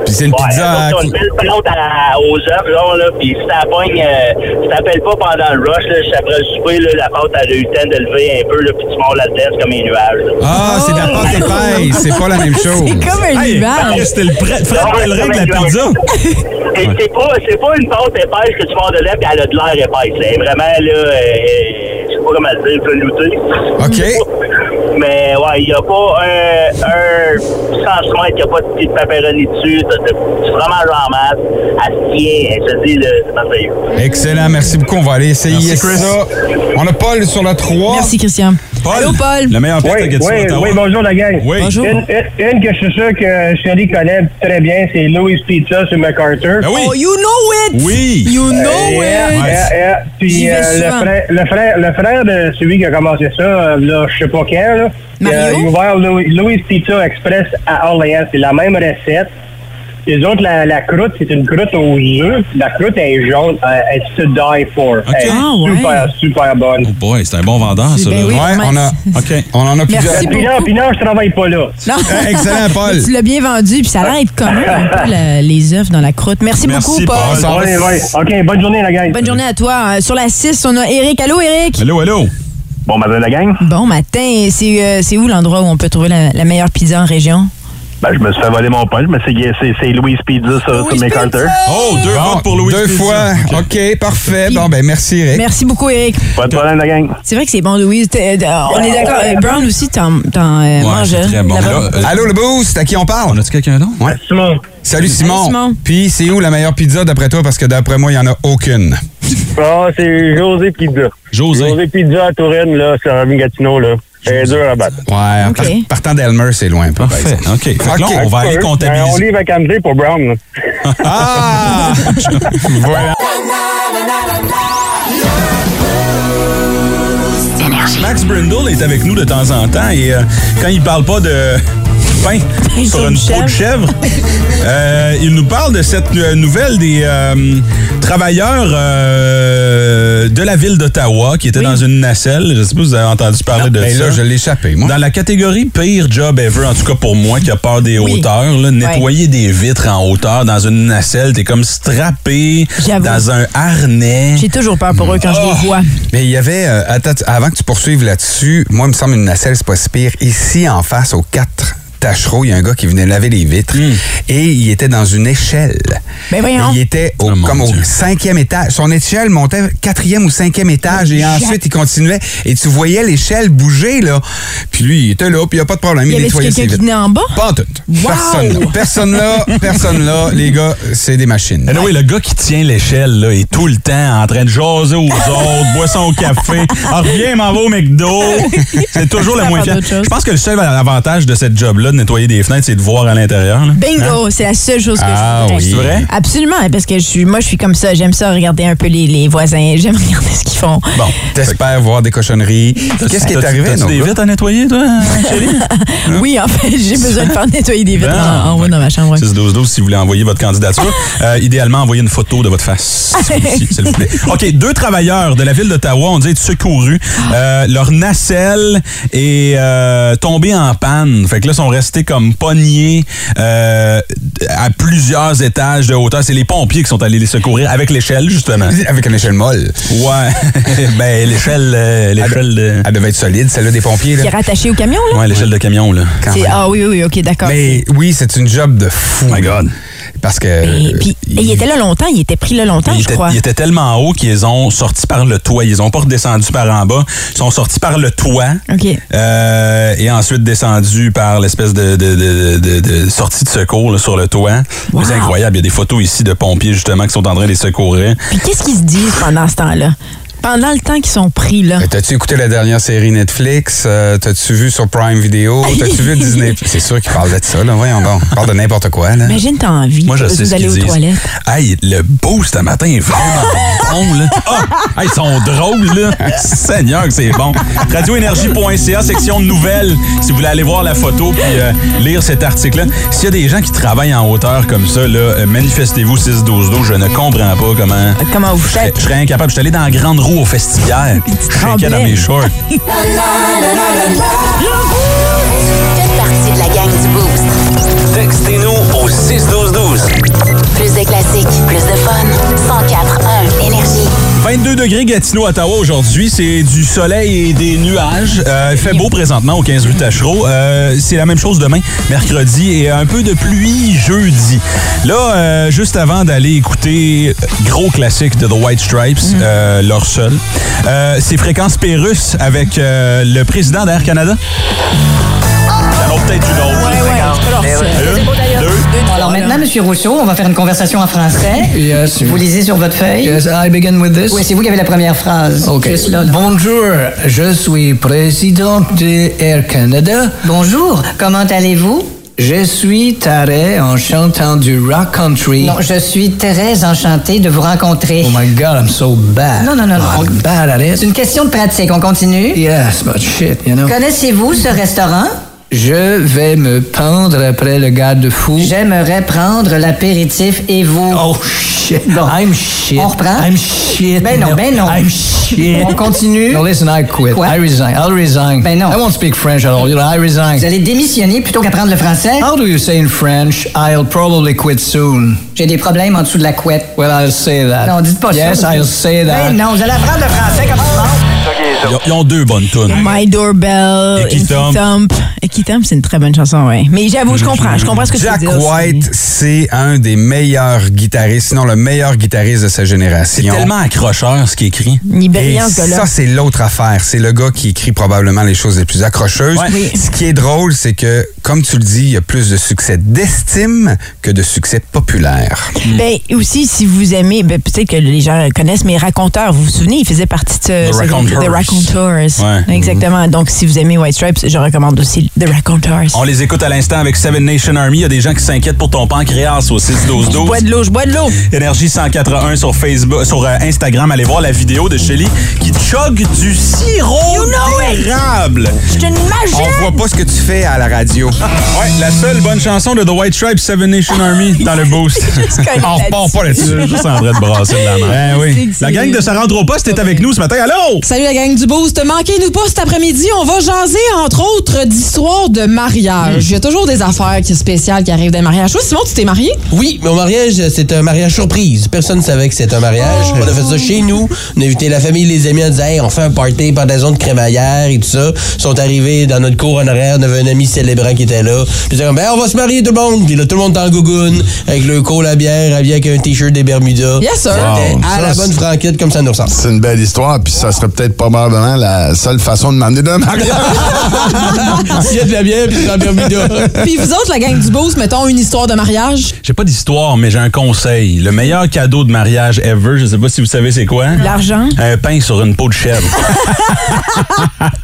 Puis c'est une pizza à-
T'as une belle plante à- aux œufs, genre, là, puis si t'as la pogne, euh, si t'appelles pas pendant le rush, là, juste après le souper, là, la pâte, elle a eu le temps de lever un peu, là, puis tu montes la tête comme un nuage, là.
Ah, c'est de la
Oh!
pâte épaisse. C'est pas la même chose.
C'est comme un
Hey,
nuage.
c'était le prêtre Fred Pellerin de la pizza.
Et c'est pas, c'est pas une pâte épaisse que tu montes de l'air, puis elle a de l'air épaisse. C'est vraiment, là, euh, euh, je sais pas comment le dire, velouté.
OK.
Mais ouais, il n'y a pas un, un 100 mètres, il n'y a pas de petite paperoni dessus. t'as- t'as- C'est vraiment en masse. À se tient, elle se dit, là, c'est merveilleux.
Excellent. Merci beaucoup. On va aller essayer
Merci, Chris.
ça. On a Paul sur la 3.
Merci, Christian.
Paul.
Allô, Paul.
Le meilleur pizza
oui,
que tu
oui,
vas avoir.
oui, bonjour la gang.
Oui. Bonjour.
Une, une- une que je suis sûr que Chérie connaît très bien, c'est Louis Pizza sur MacArthur.
Ben
Oh, you know it!
Oui.
You
Euh,
know
yeah,
it!
yeah, yeah.
J'y
Puis
vais
euh, le,
souvent.
frère, le, frère, le frère de celui qui a commencé ça, euh, là, je sais pas quand, là, euh, il a ouvert Louis, Louis Pizza Express à Orléans. C'est la même recette. Les autres, la, la croûte, c'est une croûte aux œufs. La croûte elle est jaune. Elle elle est to die for. Elle est
Ah,
super, super bonne.
Oh boy, c'est un bon vendeur, ça.
Ben
là.
oui,
ouais,
vraiment.
on a. OK. On en a
Puis là, puis là, je travaille pas là.
Non.
Excellent, Paul.
Mais Tu l'as bien vendu, puis ça a l'air d'être commun, un peu, la- les œufs dans la croûte. Merci, beaucoup, Paul.
Ah,
Ouais, ouais. OK, bonne journée, la gang.
Bonne journée à toi. Euh, Sur la 6, on a Eric. Allô, Eric?
Allô, allô.
Bon matin, la gang.
Bon matin. C'est euh, c'est où l'endroit où on peut trouver la, la meilleure pizza en région?
Ben, je me suis fait voler mon punch, mais c'est, c'est, c'est Louise Pizza sur, sur MacArthur.
Oh, deux
votes pour Louis. Deux fois. OK, parfait. Bon, ben merci, Eric.
Merci beaucoup, Eric.
Pas de problème, la gang.
C'est vrai que c'est bon, Louise. T'es- euh, on est d'accord. Euh, Brown aussi, t'en t'en, euh, manges. hein? Là-bas.
Allô, le boost, à qui on parle? On a-tu quelqu'un d'autre? Ouais.
Simon.
Salut Simon.
Salut, Simon.
Puis c'est où la meilleure pizza d'après toi? Parce que d'après moi, il n'y en a aucune.
Ah, c'est José Pizza.
José.
José Pizza à Touraine, là, c'est un Gatineau, là. Euh, C'est dur à battre.
Ouais, en Euh, par- partant d'Elmer, c'est loin. Parfait.
OK. Fait que là, on va aller
Ben, on
comptabiliser.
livre à Camsey pour Brown.
Ah! voilà.
Max Brindle est avec nous de temps en temps et euh, quand il parle pas de pain sur une peau de chèvre, euh, il nous parle de cette euh, nouvelle des euh, travailleurs euh, de la ville d'Ottawa qui étaient dans une nacelle. Je sais pas si vous avez entendu parler de
ben
ça.
là, je l'ai échappé, moi.
Dans la catégorie pire job ever, en tout cas pour moi qui a peur des hauteurs, là, nettoyer des vitres en hauteur dans une nacelle, t'es comme strappé
J'avoue.
dans un harnais.
J'ai toujours peur pour eux quand je
Oh.
les vois.
Mais il y avait, euh, attends, tu- avant que tu poursuives là-dessus, moi, il me semble une nacelle, c'est pas si pire. Ici, en face, aux quatre tachereaux, il y a un gars qui venait laver les vitres et il était dans une échelle.
Ben voyons.
Il était au- comme au cinquième étage. Son échelle montait quatrième ou cinquième étage et ensuite il continuait et tu voyais l'échelle bouger, là. Puis lui, il était là, puis il n'y a pas de problème.
Il y
il
avait
nettoyait ses
quelqu'un qui
vitres.
venait en bas?
Pas en tout. Personne là. Personne là, personne là. Les gars, c'est des machines.
Ben oui, le gars qui tient l'échelle là, est tout le temps en train de jaser aux autres, boit son café, ah, reviens, m'en va au McDo. C'est toujours le
Ça
moins
parle
fier.
d'autre chose.
Je pense que le seul avantage de cette job-là, de nettoyer des fenêtres, c'est de voir à l'intérieur. là.
Bingo, c'est la seule chose que
Hein? Ah
je voudrais.
oui. C'est vrai?
Absolument, parce que je suis, moi, je suis comme ça. J'aime ça regarder un peu les, les voisins. J'aime regarder ce qu'ils font.
Bon, t'espères voir des cochonneries. Qu'est-ce qui est
T'as-tu-
arrivé,
t'as-tu
nos
des
gars?
vitres à nettoyer, toi, chérie? Hein?
Oui, en fait, j'ai besoin de faire nettoyer des vitres
Bon.
en, en haut dans ma chambre.
6-12-12 si vous voulez envoyer votre candidature. Euh, idéalement, envoyez une photo de votre face, s'il s'il vous plaît. OK, deux travailleurs de la ville d'Ottawa ont dû être secourus. Euh, leur nacelle est euh, tombée en panne. Fait que là, ils sont restés comme pognés euh, à plusieurs étages de hauteur. C'est les pompiers qui sont allés les secourir avec l'échelle, justement.
Avec une échelle molle.
Ouais. ben, l'échelle... euh, l'échelle de...
Elle devait être solide, celle-là des pompiers.
Qui est rattaché au camion, là?
Ouais, l'échelle de camion, là.
C'est- ah oui, oui, oui, OK, d'accord.
Mais oui, c'est une job de fou.
My God.
Parce que.
Et puis, il, était là longtemps, il était pris là longtemps,
Ils
je
étaient
crois.
euh, il était tellement haut qu'ils ont sorti par le toit. Ils ont pas redescendu par en bas. Ils sont sortis par le toit.
OK.
euh, et ensuite descendus par l'espèce de, de- de- de- de sortie de secours là, sur le toit.
Wow.
C'est incroyable. Il y a des photos ici de pompiers justement qui sont en train de les secourir.
Puis, qu'est-ce qu'ils se disent pendant ce temps-là? Pendant le temps qu'ils sont pris, là.
Euh,
Mais T'as-tu écouté la dernière série Netflix? Euh, T'as-tu vu sur Prime Video? T'as-tu vu Disney? C'est sûr qu'ils parlent de ça, là. Voyons donc. Ils parlent de n'importe quoi, là.
Imagine, t'as envie.
Moi, je
t'as
sais
besoin d'aller
ce qu'ils
aux toilettes.
disent. Hey, le boost ce matin est vraiment bon, là. Ah! Hey, ils sont drôles, là. Seigneur, que c'est bon. Radioénergie.ca, section nouvelles, si vous voulez aller voir la photo puis euh, lire cet article-là. S'il y a des gens qui travaillent en hauteur comme ça, là, euh, manifestez-vous 6-12-12. Je ne comprends pas comment...
Comment vous
Je serais-
faites?
Je serais incapable. Je suis allé dans la grande roue au festival. Je trinquais dans
tremblais.
mes shorts.
Faites partie de la gang du Boost.
Textez-nous au 61212.
Plus de classiques, plus de fun. 104 1 Énergie.
22 degrés Gatineau, Ottawa aujourd'hui. C'est du soleil et des nuages. Euh, il fait beau présentement au 15 rue Tachereau. Euh, c'est la même chose demain, mercredi, et un peu de pluie jeudi. Là, euh, juste avant d'aller écouter euh, gros classique de The White Stripes, euh, leur seul, euh, c'est Fréquence Pérus avec euh, le président d'Air Canada. Ça en a peut-être une autre.
Ah! Ouais, ouais,
Fréquence.
ben c'est pas leur seul.
Un, deux,
Alors maintenant, Monsieur Rousseau, on va faire une conversation en français.
Yes.
Vous lisez sur votre feuille.
Yes, I begin with this.
Oui, c'est vous qui avez la première phrase.
OK.
Juste là, là.
Bonjour, je suis président de Air Canada.
Bonjour, comment allez-vous?
Je suis taré en chantant du rock country.
Non, je suis très enchantée de vous rencontrer.
Oh my God, I'm so bad.
Non, non, non, non.
Oh, I'm bad at
C'est
it.
une question de pratique, on continue.
Yes, but shit, you know.
Connaissez-vous ce restaurant?
Je vais me pendre après le garde-fou.
J'aimerais prendre l'apéritif et vous.
Oh shit. I'm shit.
On reprend?
I'm shit.
Ben non, ben non.
I'm shit.
On continue.
No, listen, I quit.
Quoi?
I resign. I'll resign.
Ben non.
I won't speak French at all. You know, I resign.
Vous allez démissionner plutôt qu'apprendre le français?
How do you say in French, I'll probably quit soon?
J'ai des problèmes en dessous de la couette.
Well, I'll say that.
Non, dites pas
yes,
ça.
I'll say that.
Ben non, vous allez apprendre le français comme ça.
Ils ont- Ils ont deux bonnes tunes.
My Doorbell,
Et qui tombe.
Et qui tombe, c'est une très bonne chanson, ouais. Mais j'avoue, je comprends. Je comprends ce que
Jack
tu veux dire.
White, c'est un des meilleurs guitaristes, sinon le meilleur guitariste de sa
C'est
génération.
tellement accrocheur ce qu'il écrit.
Il est
Et
brillant, ce gars-là.
ça, c'est l'autre affaire. C'est le gars qui écrit probablement les choses les plus accrocheuses.
Ouais. Oui.
Ce qui est drôle, c'est que, comme tu le dis, il y a plus de succès d'estime que de succès populaire.
Mm.
Ben, aussi, si vous aimez, ben, peut-être que les gens le connaissent, mais Raconteur, vous vous souvenez, il faisait partie de ce,
The
ce groupe,
Raconteurs.
The Raconteurs.
Ouais. Mm-hmm.
Exactement. Donc, si vous aimez White Stripes, je recommande aussi The Raconteurs.
On les écoute à l'instant avec Seven Nation Army. Il y a des gens qui s'inquiètent pour ton pancréas au
Je
6-12-12.
bois de l'eau, je bois de l'eau.
Énergie 181 sur Facebook, sur euh, Instagram. Allez voir la vidéo de Shelly qui chogue du sirop d'érable.
Je te
On
imagine!
voit pas ce que tu fais à la radio.
Ouais, la seule bonne chanson de The White Stripes, Seven Nation Army, dans le boost.
Juste coller
On
là-dessus.
repart pas là-dessus.
Je suis juste en train de brasser de la main.
oui.
La gang de Ça rentre au poste est avec nous ce matin. Allô?
Salut la gang du Boost. Manquez-nous pas cet après-midi. On va jaser, entre autres, d'histoires de
Mm.
mariage. Il y a toujours des affaires qui- spéciales qui arrivent des mariages. Toi, Simon, tu t'es marié?
Oui, mon mariage, c'est un mariage surprise. Personne ne savait que c'était un mariage. On a fait ça chez nous. On a invité la famille, les amis, on disait, hey, on fait un party, pendaison de crémaillère et tout ça. Ils sont arrivés dans notre cour en arrière, on avait un ami célébrant qui était là. Puis ils disaient, ben, on va se marier tout le monde. Puis là, tout le monde est en gougoune, avec le col, la bière, habillé avec un t-shirt des Bermudas.
Yes, sir.
C'était
Wow.
À la bonne franquette, comme ça nous ressemble.
C'est une belle histoire, puis ça serait peut-être probablement la seule façon de m'amener d'un mariage.
S'il y a de la bière, puis dans le Bermuda.
Puis vous autres, la gang du Boost, mettons une histoire de mariage.
J'ai pas d'histoire, mais j'ai un conseil. Le meilleur cadeau de mariage ever, je sais pas si vous savez c'est quoi.
L'argent.
Un pain sur une peau de chèvre.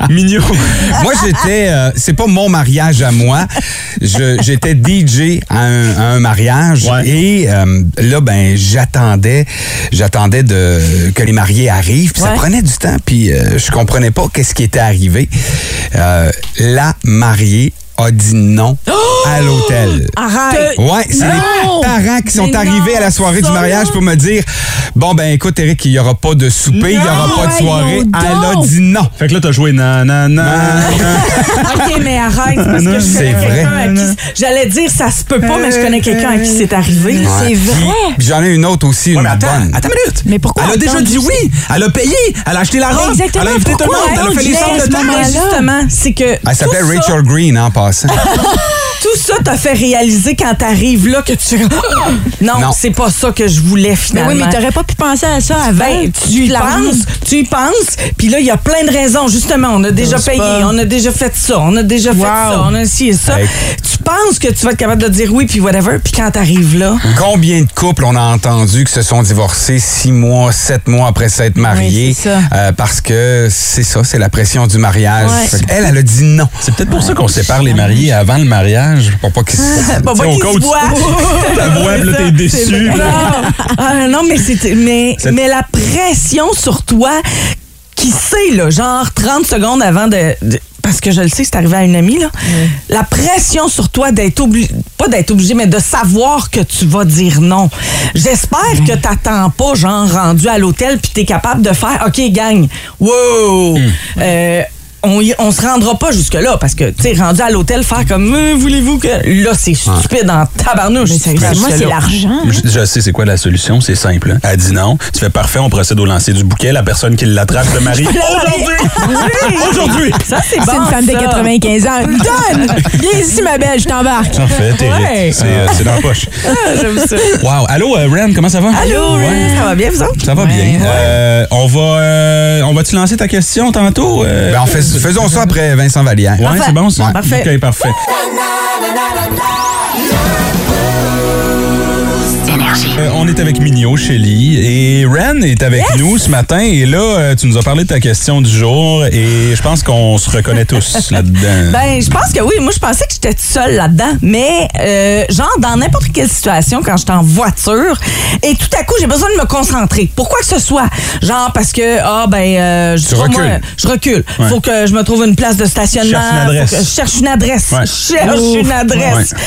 Mignon.
Moi, j'étais. euh, c'est pas mon mariage à moi. Je- J'étais DJ à un, à un mariage et euh, là, ben, j'attendais, j'attendais de que les mariés arrivent. Puis ça
Ouais.
prenait du temps. Puis euh, je comprenais pas qu'est-ce qui était arrivé. Euh, la mariée a dit non à l'hôtel.
Oh! Arrête!
Ouais, c'est
Non!
les parents qui sont
Mais
arrivés
non,
à la soirée
ça,
du mariage
là.
pour me dire Bon, ben écoute, Eric, il n'y aura pas de souper, il n'y aura
Non,
pas de soirée.
voyons
Elle a
donc.
dit non.
Fait que là, t'as joué na na na.
OK, mais arrête, parce que je
C'est
connais
vrai.
quelqu'un à qui... J'allais dire, ça se peut pas, mais je connais quelqu'un à qui c'est arrivé.
Ouais.
C'est vrai!
Puis J'en ai une autre aussi, une
mais attends,
bonne.
attends une minute.
Mais pourquoi
Elle a déjà
attendre
dit
juste-
oui. Elle a payé. Elle a acheté la robe.
Exactement,
Elle a invité tout le
pourquoi
monde. Elle a fait les
elle
sortes
laisse
de
pas
table.
mal?
Mais justement, c'est que
Ah, Elle s'appelle
tout ça-
Rachel Green en passant.
tout ça t'a fait réaliser quand t'arrives là que tu... Non,
Non.
c'est pas ça que je
Ben
voulais
Mais
finalement.
Ben oui, mais t'aurais pas pu penser à ça avant.
Ben, tu y
la
penses,
remis.
tu y penses, puis là, il y a plein de raisons. Justement, on a déjà
Pense
payé,
pas.
on a déjà fait ça, on a déjà fait ça, on a ci et ça.
Hey.
Tu penses que tu vas être capable de dire oui, puis whatever, puis quand t'arrives là...
Combien de couples on a entendu qui se sont divorcés six mois, sept mois après s'être mariés?
c'est ça.
euh, parce que c'est ça, c'est la pression du mariage.
Ouais.
Fait que Elle, elle a dit non.
C'est peut-être pour ça qu'on sépare les mariés avant le mariage.
Pour pas qu'ils
Pas
T'sais,
se-
bon
au
qu'ils se
coach,
voient.
La voix, puis là, t'es déçu.
Non, Ah, non mais, c'est- mais,
C'est-
mais la pression sur toi, qui sait, là, genre 30 secondes avant de. de- parce que je le sais, c'est arrivé à une amie, là. La pression sur toi d'être obligé, pas d'être obligé, mais de savoir que tu vas dire non. J'espère que t'attends pas, genre, rendu à l'hôtel, puis t'es capable de faire, OK, gang, wow! Euh, on, y- on se rendra pas jusque-là, parce que, tu sais, rendu à l'hôtel, faire comme, Euh, voulez-vous que. Là, c'est stupide en tabarnouche.
Mais moi, c'est
Jusque-là.
l'argent.
Je, je sais c'est quoi la solution, c'est simple. hein. Elle dit non, tu fais parfait, on procède au lancer du bouquet, la personne qui l'attrape le mari. Aujourd'hui! Aujourd'hui!
Ça, c'est bon.
C'est
Bah,
une femme de
ça.
95 ans. Donne! Viens ici, ma belle, je t'embarque.
Parfait, Eric.
Ouais.
C'est euh, c'est dans la poche.
Ah, J'aime ça.
Wow. Allô, euh, Ren, comment ça va?
Allô,
Ouais.
Ren, ça va bien, vous autres?
Ça va bien. Euh, on va, euh, on va-tu lancer ta question tantôt? Euh,
Ben, on fait- faisons ça après Vincent Vallière.
Ouais, c'est bon, ça.
Parfait.
Ok, parfait. Euh, on est avec Mignot, Shelly, et Ren est avec nous ce matin. Et là, euh, tu nous as parlé de ta question du jour, et je pense qu'on se reconnaît tous là-dedans.
Ben, je pense que oui. Moi, je pensais que j'étais toute seule là-dedans. Mais, euh, genre, dans n'importe quelle situation, quand j'étais en voiture, et tout à coup, j'ai besoin de me concentrer. Pourquoi que ce soit. Genre, parce que, ah, ben, euh, je,
Tu
sais pas, moi,
recules.
je recule.
Ouais.
Faut que je me trouve une place de stationnement.
Cherche une adresse.
Faut que je cherche une adresse.
Ouais.
Je cherche
Ouf.
une adresse.
Ouais.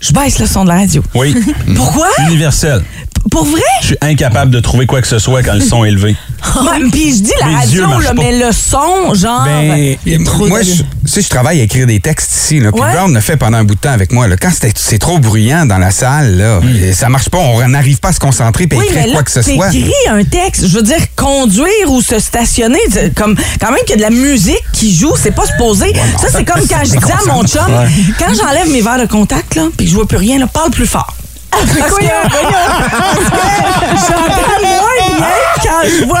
Je baisse le son de la radio.
Oui.
Pourquoi?
Universel.
Pour vrai?
Je suis incapable de trouver quoi que ce soit quand le son est élevé.
Ouais, Puis je dis la
Mes yeux
radio,
marchent
Ben, là,
pas.
mais le son, genre.
Ben,
Ah, il y a trop
moi,
de-
je, tu sais, je travaille à écrire des textes ici. Là, puis
Ouais.
Brown le fait pendant un bout de temps avec moi. Là, quand c'était- c'est trop bruyant dans la salle, là, et ça marche pas. On n'arrive pas à se concentrer et
Oui,
écrire
mais là,
quoi que ce soit.
t'écris un texte. Je veux dire, conduire ou se stationner, c'est comme quand même qu'il y a de la musique qui joue, c'est pas supposé. Ça, c'est comme quand je dis à mon chum,
Ouais.
quand j'enlève mes verres de contact, là, puis que je vois plus rien, là, parle plus fort. Parce que, parce que j'entends moins bien quand je vois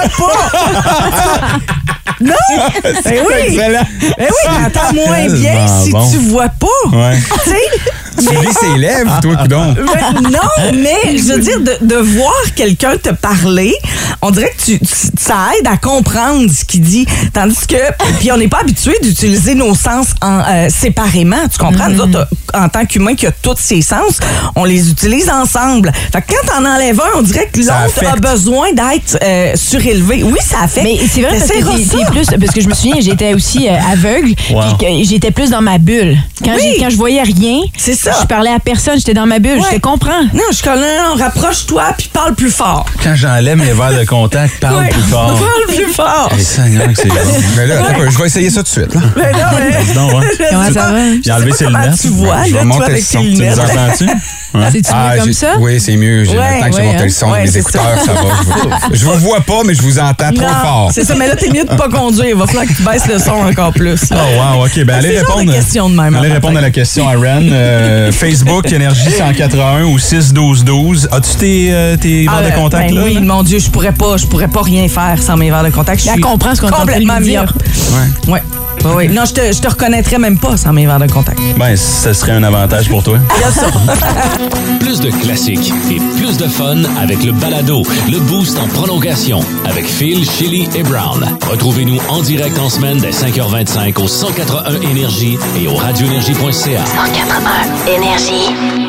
pas. Non! Ben oui!
excellent.
Ben oui, t'entends moins bien
Tellement
si
bon.
tu vois pas.
Ouais.
Tu sais,
Tu lis ses
Ah,
lèvres, toi, coudon.
ben, non, mais je veux dire, de, de voir quelqu'un te parler, on dirait que tu, tu- ça aide à comprendre ce qu'il dit. Tandis que, puis on n'est pas habitué d'utiliser nos sens en, euh, séparément. Tu comprends? Nous autres, euh, en tant qu'humain qui a tous ses sens, on les utilise ensemble. Fait que quand t'en enlèves un, on dirait que
Ça
l'autre a
affecte.
besoin d'être euh, surélevé. Oui, ça affecte.
Mais c'est vrai parce que
T'essaieras
t'es-
ça.
t'es plus parce que je me souviens j'étais aussi euh, aveugle
Wow.
puis que j'étais plus dans ma bulle. Quand
Oui.
j'ai- quand je voyais rien, Je parlais à personne, j'étais dans ma bulle, je
Ouais.
te comprends.
Non, je suis comme, non, non, rapproche-toi puis parle plus fort.
Quand j'enlève mes verres de contact, parle
Ouais.
plus
Ah.
fort.
Parle plus fort.
Eh, Seigneur, que c'est bon.
Mais là, attends un peu, je vais essayer ça tout de suite. Là.
Mais non, mais-
Dis donc, ouais.
Comment ça va?
Il a enlevé ses
comment
lunettes.
tu vois,
Je
là,
vais
toi,
monter le
avec
son.
tes
Tu
lunettes.
nous entends-tu? Ouais.
C'est-tu mieux
Ah,
comme
j'ai-
ça?
Oui, c'est mieux. J'ai
Ouais,
le temps que j'ai
ouais,
monté
hein.
le son de
Ouais,
mes
c'est
écouteurs,
ça.
ça, va. Je vous- Je vous vois pas, mais je vous entends trop
Non,
fort.
Ah, C'est ça, mais là, t'es mieux de pas conduire. Il va falloir que tu baisses le son encore plus.
Oh wow, ok, ben allez
C'est le genre de
répondre.
question de même,
allez
en
répondre à la question à Ren. Euh, Facebook, Énergie 181 ou 61212. As-tu tes, euh, tes
Ah,
verres de
euh,
contact
ben
là?
Oui,
là?
mon Dieu, je pourrais pas, je pourrais pas rien faire sans mes verres de contact. Je
Elle
suis
comprend ce qu'on est en train de
complètement
lui dire.
myope. Ouais. Ouais, ouais. Non, je te, je te reconnaîtrais même pas sans mes verres de contact.
Ben, ça serait un avantage pour toi.
Plus de classiques et plus de fun avec le balado, le boost en prolongation avec Phil, Chili et Brown. Retrouvez-nous en direct en semaine dès 5h25 au 181 Énergie et au radioénergie.ca.
181 Énergie.